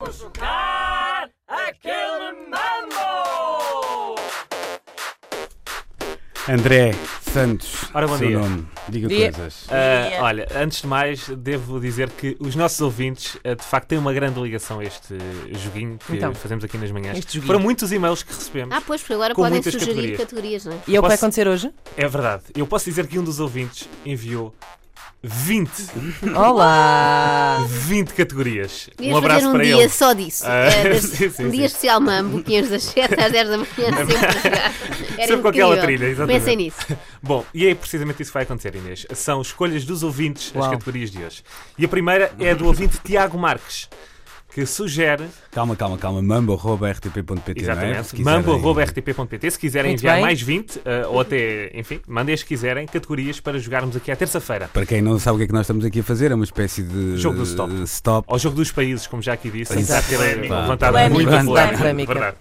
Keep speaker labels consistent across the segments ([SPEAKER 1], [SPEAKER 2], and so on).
[SPEAKER 1] Vamos dar Tá aquele mambo!
[SPEAKER 2] André Santos,
[SPEAKER 3] Ora, bom
[SPEAKER 2] seu
[SPEAKER 3] dia.
[SPEAKER 2] nome. Diga
[SPEAKER 1] Dia.
[SPEAKER 2] coisas.
[SPEAKER 3] Ah,
[SPEAKER 1] Yeah.
[SPEAKER 3] olha, antes de mais, devo dizer que os nossos ouvintes ah, de facto têm uma grande ligação a este joguinho que
[SPEAKER 4] Então,
[SPEAKER 3] fazemos aqui nas manhãs.
[SPEAKER 4] este joguinho.
[SPEAKER 3] Foram muitos e-mails que recebemos.
[SPEAKER 5] Ah, pois, porque agora
[SPEAKER 3] Com
[SPEAKER 5] podem
[SPEAKER 3] muitas
[SPEAKER 5] sugerir categorias, não é?
[SPEAKER 4] E é o que vai
[SPEAKER 3] Posso-
[SPEAKER 4] acontecer hoje?
[SPEAKER 3] É verdade. Eu posso dizer que um dos ouvintes enviou 20,
[SPEAKER 4] Olá!
[SPEAKER 3] 20 categorias.
[SPEAKER 5] Devias
[SPEAKER 3] um abraço
[SPEAKER 5] fazer um
[SPEAKER 3] para
[SPEAKER 5] dia
[SPEAKER 3] ele.
[SPEAKER 5] só disso.
[SPEAKER 3] Ah,
[SPEAKER 5] É, deve-
[SPEAKER 3] sim, sim,
[SPEAKER 5] um dia
[SPEAKER 3] sim.
[SPEAKER 5] especial mambo, 500 das 7 às 10 da manhã, sempre a jogar. Era
[SPEAKER 3] Sempre com aquela
[SPEAKER 5] incrível.
[SPEAKER 3] trilha, exatamente.
[SPEAKER 5] Pensem nisso.
[SPEAKER 3] Bom, e é precisamente isso que vai acontecer, Inês. São escolhas dos ouvintes as
[SPEAKER 4] Uau.
[SPEAKER 3] categorias de hoje. E a primeira é do ouvinte Tiago Marques, que sugere
[SPEAKER 2] Calma, calma, calma. Mambo.rtp.pt, não é? Se
[SPEAKER 3] Exatamente.
[SPEAKER 2] quiserem-
[SPEAKER 3] Mambo.rtp.pt. Se quiserem
[SPEAKER 4] Muito
[SPEAKER 3] enviar
[SPEAKER 4] bem.
[SPEAKER 3] mais 20, eh, ou até, enfim, mandem as que quiserem, categorias para jogarmos aqui à terça-feira.
[SPEAKER 2] Para quem não sabe o que é que nós estamos aqui a fazer, é uma espécie de
[SPEAKER 3] Jogo do stop.
[SPEAKER 2] stop.
[SPEAKER 3] Ao jogo dos países, como já aqui disse,
[SPEAKER 2] Exato.
[SPEAKER 3] está a ter eh,
[SPEAKER 2] Polémica.
[SPEAKER 3] levantado
[SPEAKER 2] Polémica.
[SPEAKER 3] muita
[SPEAKER 2] Polémica.
[SPEAKER 3] polémica. Verdade.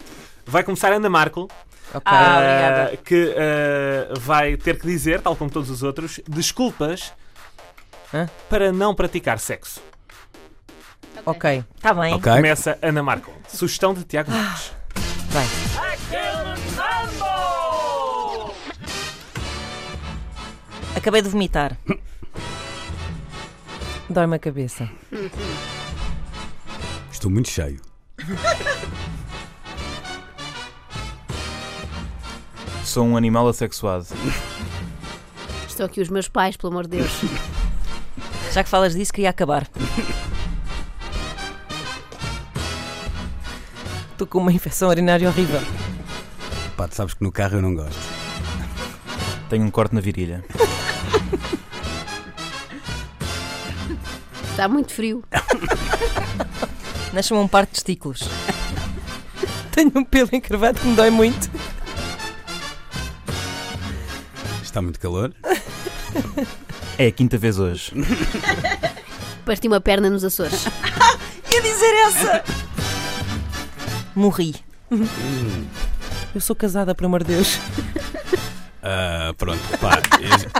[SPEAKER 3] Vai começar Ana Marco,
[SPEAKER 4] Ok.
[SPEAKER 3] eh,
[SPEAKER 1] obrigada.
[SPEAKER 3] que eh, vai ter que dizer, tal como todos os outros, desculpas
[SPEAKER 4] Hã?
[SPEAKER 3] para não praticar sexo.
[SPEAKER 4] ok.
[SPEAKER 6] Tá
[SPEAKER 1] Está bem.
[SPEAKER 2] Ok?
[SPEAKER 3] Começa Ana Marco. Sugestão de Tiago Marques.
[SPEAKER 4] Bem.
[SPEAKER 1] Aquele mambo!
[SPEAKER 6] Acabei de vomitar.
[SPEAKER 4] Dói-me a cabeça.
[SPEAKER 2] Estou muito cheio.
[SPEAKER 7] Sou um animal assexuado.
[SPEAKER 5] Estão aqui os meus pais, pelo amor de Deus.
[SPEAKER 6] Já que falas disso, queria acabar.
[SPEAKER 4] Estou com uma infecção urinária horrível.
[SPEAKER 2] Pá, tu sabes que no carro eu não gosto.
[SPEAKER 7] Tenho um corte na virilha.
[SPEAKER 5] Está muito frio.
[SPEAKER 6] Nasce-me um par de testículos.
[SPEAKER 4] Tenho um pelo encravado que me dói muito.
[SPEAKER 2] Está muito calor.
[SPEAKER 7] É a quinta vez hoje.
[SPEAKER 5] Parti uma perna nos Açores.
[SPEAKER 6] Ia dizer é essa! Morri. Hum.
[SPEAKER 4] Eu sou casada, por amor de Deus.
[SPEAKER 2] Ah, pronto, pá,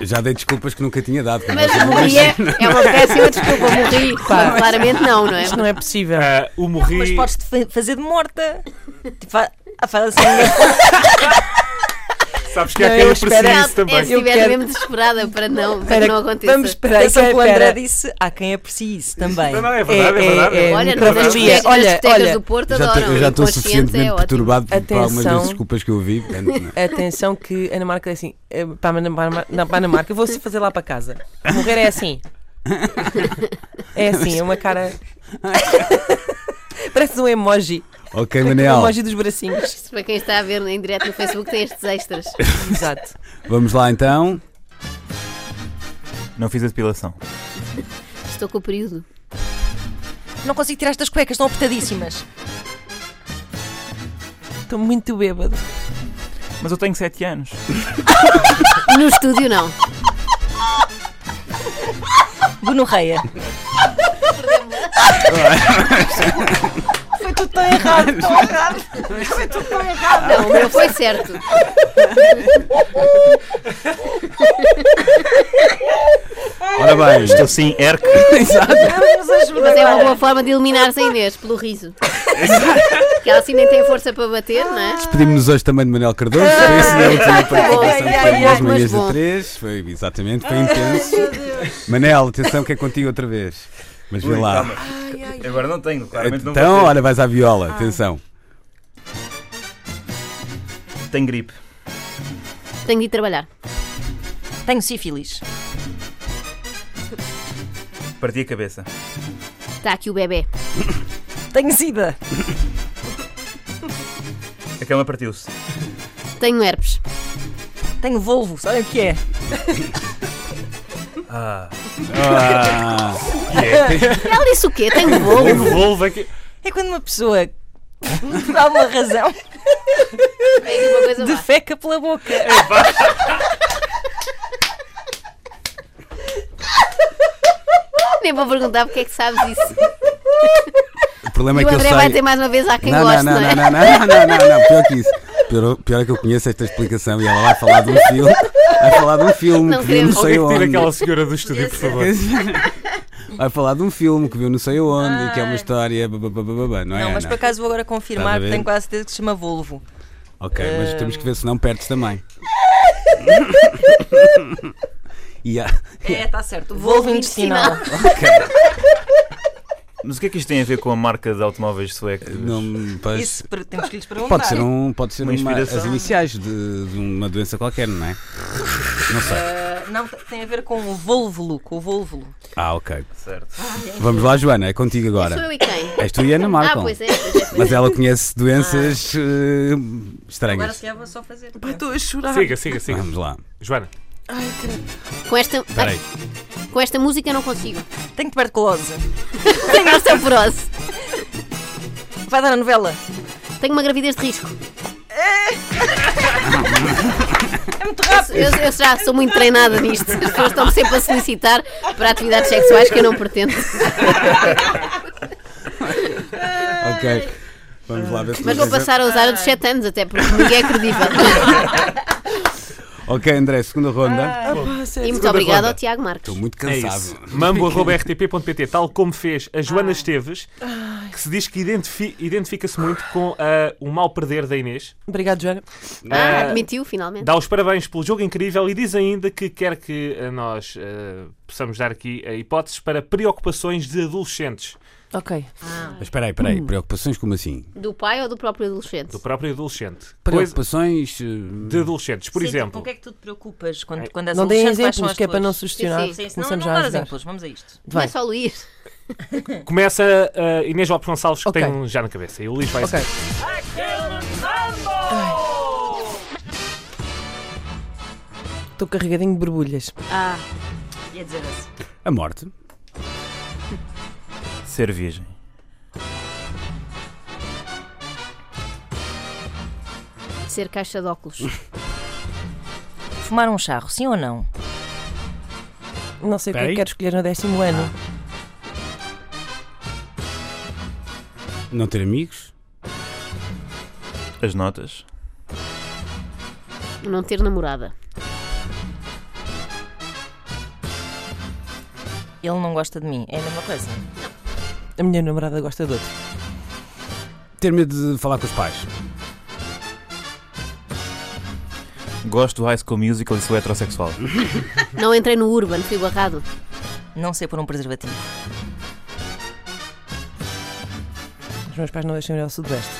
[SPEAKER 2] eu já dei desculpas que nunca tinha dado.
[SPEAKER 5] Mas morri é, é uma péssima desculpa, morri.
[SPEAKER 4] Pá.
[SPEAKER 5] Mas claramente não, não é?
[SPEAKER 4] Isto não é possível.
[SPEAKER 3] Eh, o morri.
[SPEAKER 6] Mas podes-te fa- fazer de morta. Tipo, fa- ah, faz assim.
[SPEAKER 3] Sabes que há
[SPEAKER 4] Não,
[SPEAKER 3] quem
[SPEAKER 4] eu
[SPEAKER 3] aprecie
[SPEAKER 4] espero-
[SPEAKER 3] isso também.
[SPEAKER 5] É, se
[SPEAKER 4] Eu
[SPEAKER 5] estiver
[SPEAKER 4] quero-
[SPEAKER 5] mesmo desesperada para não, para
[SPEAKER 4] Espera,
[SPEAKER 5] que não aconteça.
[SPEAKER 4] Vamos esperar aí, é
[SPEAKER 6] Atenção que o André
[SPEAKER 4] espera.
[SPEAKER 6] disse, há quem aprecie isso também.
[SPEAKER 3] Não, não, é verdade, é,
[SPEAKER 4] É, é,
[SPEAKER 3] verdade.
[SPEAKER 4] é.
[SPEAKER 5] Olha, nas
[SPEAKER 4] Microfonia.
[SPEAKER 5] discotecas, nas
[SPEAKER 4] Olha,
[SPEAKER 5] discotecas
[SPEAKER 4] olha.
[SPEAKER 5] do Porto
[SPEAKER 2] Já,
[SPEAKER 5] adoram.
[SPEAKER 2] tô- eu já estou
[SPEAKER 5] inconsciente, é
[SPEAKER 2] suficientemente
[SPEAKER 5] ótimo.
[SPEAKER 2] perturbado por, por algumas das
[SPEAKER 4] Atenção.
[SPEAKER 2] desculpas que eu ouvi. portanto, é?
[SPEAKER 4] Atenção que Ana Marca é assim, eh, para a Ana, para a Ana- não, para a Ana Marca, eu vou se fazer lá para casa. Morrer é assim. É assim, é uma cara. Parece um emoji.
[SPEAKER 2] não. ok,
[SPEAKER 4] Um
[SPEAKER 2] Manel,
[SPEAKER 4] emoji dos bracinhos.
[SPEAKER 5] Para quem está a ver em direto no Facebook, tem estes extras.
[SPEAKER 4] Exato.
[SPEAKER 2] vamos lá então.
[SPEAKER 7] Não fiz a depilação.
[SPEAKER 5] Estou com o período.
[SPEAKER 6] Não consigo tirar estas cuecas, estão apertadíssimas.
[SPEAKER 4] Estou muito bêbado.
[SPEAKER 7] Mas eu tenho 7 anos.
[SPEAKER 5] No estúdio, não.
[SPEAKER 6] Gonorreia.
[SPEAKER 4] Foi tudo tão errado, tão errado.
[SPEAKER 5] Não, o meu foi certo.
[SPEAKER 2] Ora bem,
[SPEAKER 7] Estou sim, ERC.
[SPEAKER 5] Mas é uma boa forma de eliminar-se a Inês, pelo riso. Que ela assim nem tem força para bater, não é?
[SPEAKER 2] despedimos-nos hoje também de Manuel Cardoso.
[SPEAKER 5] Ah,
[SPEAKER 2] Foi esse meu último participação
[SPEAKER 5] ai,
[SPEAKER 2] foi
[SPEAKER 5] ai,
[SPEAKER 2] nas
[SPEAKER 5] ai, é, mas
[SPEAKER 2] manhãs
[SPEAKER 5] bom. Ah,
[SPEAKER 2] de 3. Foi exatamente, foi intenso. Manel, atenção que é contigo outra vez. Mas vê lá.
[SPEAKER 7] Agora não tenho,
[SPEAKER 2] Então, olha, vais à
[SPEAKER 5] Ah.
[SPEAKER 2] viola, atenção.
[SPEAKER 7] Tenho gripe.
[SPEAKER 5] Tenho de ir trabalhar.
[SPEAKER 6] Tenho sífilis.
[SPEAKER 7] Parti a cabeça.
[SPEAKER 5] Está aqui o bebê.
[SPEAKER 6] Tenho sida.
[SPEAKER 7] A cama partiu-se.
[SPEAKER 5] Tenho herpes.
[SPEAKER 6] Tenho Volvo, sabem o que é?
[SPEAKER 2] Ah,
[SPEAKER 5] Ela disse o quê? Tenho um
[SPEAKER 3] Tem
[SPEAKER 5] bolo.
[SPEAKER 3] o Volvo aqui.
[SPEAKER 6] É quando uma pessoa, por alguma razão,
[SPEAKER 5] Tem uma coisa má.
[SPEAKER 6] defeca pela boca.
[SPEAKER 2] É,
[SPEAKER 5] Nem vou perguntar porque é que sabes isso.
[SPEAKER 2] o problema
[SPEAKER 5] E
[SPEAKER 2] é
[SPEAKER 5] o
[SPEAKER 2] que eu
[SPEAKER 5] André vai dizer
[SPEAKER 2] sei.
[SPEAKER 5] mais uma vez há quem
[SPEAKER 2] Não,
[SPEAKER 5] goste,
[SPEAKER 2] não,
[SPEAKER 5] não,
[SPEAKER 2] não,
[SPEAKER 5] é?
[SPEAKER 2] não, não, não, não, não, não, pior que isso. Pior, pior é que eu conheço esta explicação e ela vai falar de um filme. Vai falar de um filme
[SPEAKER 5] Não
[SPEAKER 2] que viu não
[SPEAKER 5] queremos.
[SPEAKER 2] sei
[SPEAKER 3] Alguém que tira
[SPEAKER 2] onde.
[SPEAKER 3] aquela senhora do estúdio, por favor.
[SPEAKER 2] a falar de um filme que viu não sei onde e que é
[SPEAKER 5] Ah.
[SPEAKER 2] uma
[SPEAKER 6] Ai.
[SPEAKER 2] história. bababababá, não é?
[SPEAKER 6] Não, mas por
[SPEAKER 2] Ana?
[SPEAKER 6] acaso vou agora
[SPEAKER 2] Estás a
[SPEAKER 6] confirmar,
[SPEAKER 2] ver?
[SPEAKER 6] tenho quase certeza que se chama Volvo.
[SPEAKER 2] Ok, mas temos que ver se não perdes também. e há-
[SPEAKER 6] É, está certo. Volvo intestinal.
[SPEAKER 7] Mas o que é que isto tem a ver com a marca de automóveis sueca?
[SPEAKER 2] não, pois,
[SPEAKER 6] Isso per- temos que lhes perguntar.
[SPEAKER 2] pode ser, um, pode ser
[SPEAKER 7] Uma
[SPEAKER 2] uma
[SPEAKER 7] inspiração.
[SPEAKER 2] as iniciais de, de uma doença qualquer, não é? Não sei.
[SPEAKER 5] Eh,
[SPEAKER 6] Ah, não, tem a ver com o Volvo, com o Volvo.
[SPEAKER 2] Ah, ok.
[SPEAKER 7] Certo.
[SPEAKER 2] Vamos lá, Joana, é contigo
[SPEAKER 5] Sou eu
[SPEAKER 2] agora.
[SPEAKER 5] e quem?
[SPEAKER 2] És tu e Ana
[SPEAKER 5] Ah,
[SPEAKER 2] Markel.
[SPEAKER 5] pois é. Ah. pois é.
[SPEAKER 2] Mas ela conhece doenças eh,
[SPEAKER 6] Agora
[SPEAKER 2] estranhas.
[SPEAKER 6] se calhar vou só fazer.
[SPEAKER 4] Estou a chorar.
[SPEAKER 3] Siga, siga, siga.
[SPEAKER 2] Vamos lá.
[SPEAKER 4] Ah.
[SPEAKER 3] Joana,
[SPEAKER 5] Com esta,
[SPEAKER 2] Espera aí.
[SPEAKER 5] ai, com esta música eu não consigo.
[SPEAKER 6] Tenho tuberculose.
[SPEAKER 5] Tenho osteoporose.
[SPEAKER 6] Vai dar a novela.
[SPEAKER 5] Tenho uma gravidez de risco.
[SPEAKER 6] É muito rápido.
[SPEAKER 5] Eu, eu já sou muito treinada nisto. As pessoas estão sempre a solicitar para atividades sexuais que eu não pretendo.
[SPEAKER 2] Ok. Vamos lá ver se
[SPEAKER 5] Mas
[SPEAKER 2] nós
[SPEAKER 5] vou passar a usar a dos 7 anos, até porque ninguém é credível.
[SPEAKER 2] temos- Ok, André, segunda
[SPEAKER 5] Ah.
[SPEAKER 4] Ah,
[SPEAKER 2] ronda.
[SPEAKER 5] E muito
[SPEAKER 3] Segunda
[SPEAKER 5] obrigada
[SPEAKER 3] ronda.
[SPEAKER 5] ao Tiago
[SPEAKER 2] Estou
[SPEAKER 5] Marques.
[SPEAKER 2] muito
[SPEAKER 3] é
[SPEAKER 2] cansado.
[SPEAKER 3] isso. Mambo.rtp.pt, tal como fez a Joana Esteves, que se diz que identifi- identifica-se muito com ah, o mal perder da Inês.
[SPEAKER 4] Obrigado, Joana.
[SPEAKER 5] Ah, admitiu finalmente.
[SPEAKER 3] Dá os parabéns pelo jogo incrível e diz ainda que quer que ah, nós ah, possamos dar aqui ah, hipóteses para preocupações de adolescentes,
[SPEAKER 4] Ok.
[SPEAKER 2] Mas espera aí, espera aí.
[SPEAKER 5] Hum.
[SPEAKER 2] Preocupações como assim?
[SPEAKER 5] Do pai ou do próprio adolescente?
[SPEAKER 3] do próprio adolescente. Coisa
[SPEAKER 2] Preocupações. eh,
[SPEAKER 3] de adolescentes, por
[SPEAKER 6] Sim,
[SPEAKER 3] exemplo. É.
[SPEAKER 6] tipo, o que é que tu te preocupas quando, quando és
[SPEAKER 4] Não deem
[SPEAKER 6] adolescente, quais são
[SPEAKER 4] exemplos,
[SPEAKER 6] as
[SPEAKER 4] que é para
[SPEAKER 6] tuas?
[SPEAKER 4] não
[SPEAKER 5] Sim,
[SPEAKER 4] sugestionar.
[SPEAKER 6] Sim, senão não
[SPEAKER 4] Começamos já a
[SPEAKER 6] dá
[SPEAKER 4] ajudar.
[SPEAKER 6] exemplos. Vamos a isto.
[SPEAKER 5] Não é
[SPEAKER 4] Vai.
[SPEAKER 5] só o Luís.
[SPEAKER 3] Começa ah, Inês Lopes Gonçalves, que
[SPEAKER 4] Ok.
[SPEAKER 3] tem um já na cabeça. E o Luís vai
[SPEAKER 4] Ok.
[SPEAKER 1] Aquele mambo!
[SPEAKER 4] Estou carregadinho de borbulhas.
[SPEAKER 6] Ah, ia dizer assim.
[SPEAKER 2] A morte.
[SPEAKER 7] Ser virgem.
[SPEAKER 5] Ser caixa de óculos.
[SPEAKER 6] Fumar um charro, sim ou não?
[SPEAKER 4] Não sei o que é
[SPEAKER 2] Peraí.
[SPEAKER 4] que quero escolher no décimo ano.
[SPEAKER 2] Não ter amigos.
[SPEAKER 7] As notas.
[SPEAKER 5] Não ter namorada.
[SPEAKER 6] Ele não gosta de mim. É a mesma coisa.
[SPEAKER 4] A minha namorada gosta de outro.
[SPEAKER 2] Ter medo de falar com os pais.
[SPEAKER 7] Gosto do High School Musical e sou heterossexual.
[SPEAKER 5] Não entrei no Urban, fui barrado.
[SPEAKER 6] Não sei por um preservativo.
[SPEAKER 4] Os meus pais não deixam ir ao Sudoeste.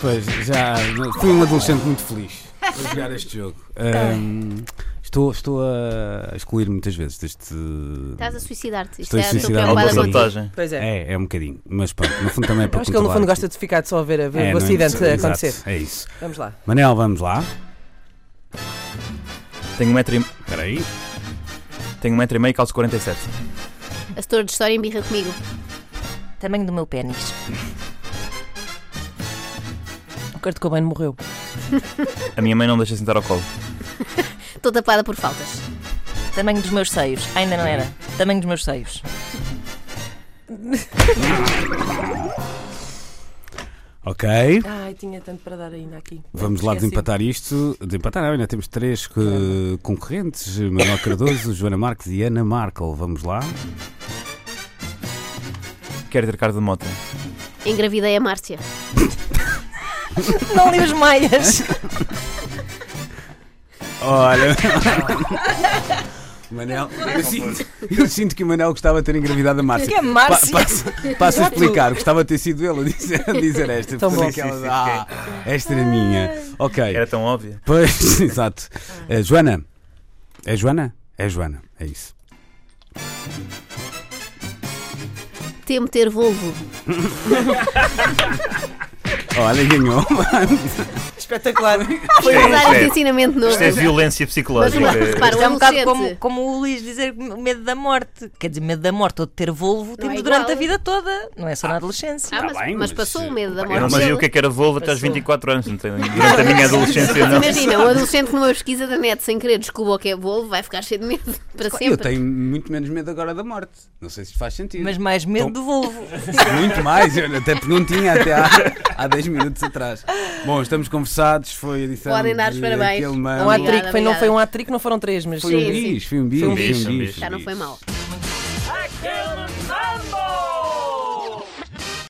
[SPEAKER 2] Pois, já fui um adolescente muito feliz a jogar este jogo. Ah. Ahm, estou, estou a excluir muitas vezes deste.
[SPEAKER 5] Estás a suicidar-te. Isto
[SPEAKER 2] Estou a
[SPEAKER 5] é, estou
[SPEAKER 2] suicidar-me.
[SPEAKER 5] preocupada
[SPEAKER 2] Alguma
[SPEAKER 5] contigo.
[SPEAKER 7] vantagem.
[SPEAKER 4] Pois é.
[SPEAKER 2] É, é um bocadinho. Mas pronto, no fundo também é para
[SPEAKER 4] Acho que ele no fundo
[SPEAKER 2] controlar
[SPEAKER 4] gosta
[SPEAKER 2] aqui.
[SPEAKER 4] de ficar só a ver, a ver
[SPEAKER 2] É,
[SPEAKER 4] o
[SPEAKER 2] não é
[SPEAKER 4] acidente
[SPEAKER 2] impossível. Exato,
[SPEAKER 4] acontecer.
[SPEAKER 2] É isso.
[SPEAKER 4] Vamos lá.
[SPEAKER 2] Manel, vamos lá.
[SPEAKER 7] Tenho um metro e,
[SPEAKER 2] Espera aí.
[SPEAKER 7] tenho um metro e meio e calço 47.
[SPEAKER 5] A setor de história embirra comigo.
[SPEAKER 6] Tamanho do meu pênis.
[SPEAKER 4] O Kurt Cobain morreu.
[SPEAKER 7] A minha mãe não me deixa sentar ao colo.
[SPEAKER 5] Estou tapada por faltas.
[SPEAKER 6] Tamanho dos meus seios. Ainda não era. Tamanho dos meus seios.
[SPEAKER 2] Ok.
[SPEAKER 4] Ai, tinha tanto para dar ainda aqui.
[SPEAKER 2] Vamos lá desempatar isto. Desempatar, não, ainda temos três que- concorrentes: Manuel Cardoso, Joana Marques e Ana Markel. Vamos lá.
[SPEAKER 7] Quero ter cara de moto.
[SPEAKER 5] Engravidei a Márcia.
[SPEAKER 6] Não li os maias.
[SPEAKER 2] Olha. Manel, eu sinto, eu sinto que o Manel gostava de ter engravidado a Márcia.
[SPEAKER 6] Que é Márcia?
[SPEAKER 2] Pa- passa- passa a explicar, gostava de ter sido ele a dizer, a dizer esta.
[SPEAKER 4] Tão
[SPEAKER 2] porque
[SPEAKER 4] bom.
[SPEAKER 2] aquela-
[SPEAKER 7] Sim, sim, sim,
[SPEAKER 2] ah, esta era minha. Ok.
[SPEAKER 7] Era tão óbvia.
[SPEAKER 2] Pois, exato. Eh, Joana. É Joana? É Joana, é isso.
[SPEAKER 5] Temo ter Volvo.
[SPEAKER 2] Olha, ganhou.
[SPEAKER 4] Espetacular.
[SPEAKER 5] Foi um
[SPEAKER 7] Isto é-
[SPEAKER 5] usar
[SPEAKER 7] isto
[SPEAKER 5] este
[SPEAKER 7] é-
[SPEAKER 5] ensinamento novo.
[SPEAKER 7] Isto é violência
[SPEAKER 5] Mas uma,
[SPEAKER 7] psicológica.
[SPEAKER 5] repara, um
[SPEAKER 6] É um bocado como,
[SPEAKER 5] adolescente.
[SPEAKER 6] como o Luís dizer o medo da morte. Quer dizer, medo da morte ou de ter Volvo
[SPEAKER 5] Não é
[SPEAKER 6] temos
[SPEAKER 5] igual.
[SPEAKER 6] durante a vida toda. Não é só na adolescência.
[SPEAKER 5] Ah, mas,
[SPEAKER 2] Tá bem,
[SPEAKER 5] mas
[SPEAKER 2] mas,
[SPEAKER 5] passou o medo da
[SPEAKER 7] Eu
[SPEAKER 5] morte.
[SPEAKER 7] não sabia
[SPEAKER 5] dele.
[SPEAKER 7] o que é que era voo até aos 24 anos. Não tenho, durante a minha adolescência,
[SPEAKER 5] Mas
[SPEAKER 7] não.
[SPEAKER 5] Imagina, um adolescente que numa pesquisa da net sem querer descobriu o que é Volvo vai ficar cheio de medo para
[SPEAKER 2] Eu
[SPEAKER 5] sempre.
[SPEAKER 2] tenho muito menos medo agora da morte. Não sei se isto faz sentido.
[SPEAKER 6] Mas mais medo
[SPEAKER 2] Então-
[SPEAKER 6] do Volvo.
[SPEAKER 2] Muito mais, eu até porque não tinha até há, há 10 minutos atrás. Bom, estamos conversados, foi a edição.
[SPEAKER 5] Podem dar os
[SPEAKER 2] de
[SPEAKER 5] parabéns.
[SPEAKER 2] Aquele Mambo.
[SPEAKER 4] Um
[SPEAKER 5] Obrigada,
[SPEAKER 4] atrico. Não foi
[SPEAKER 5] obrigada.
[SPEAKER 4] um atrico, não foram três, mas
[SPEAKER 2] Foi um
[SPEAKER 5] Sim, sim.
[SPEAKER 2] bicho, foi um bicho, foi um
[SPEAKER 7] bicho,
[SPEAKER 2] bicho.
[SPEAKER 7] bicho.
[SPEAKER 5] Já não foi mal.
[SPEAKER 1] Aquele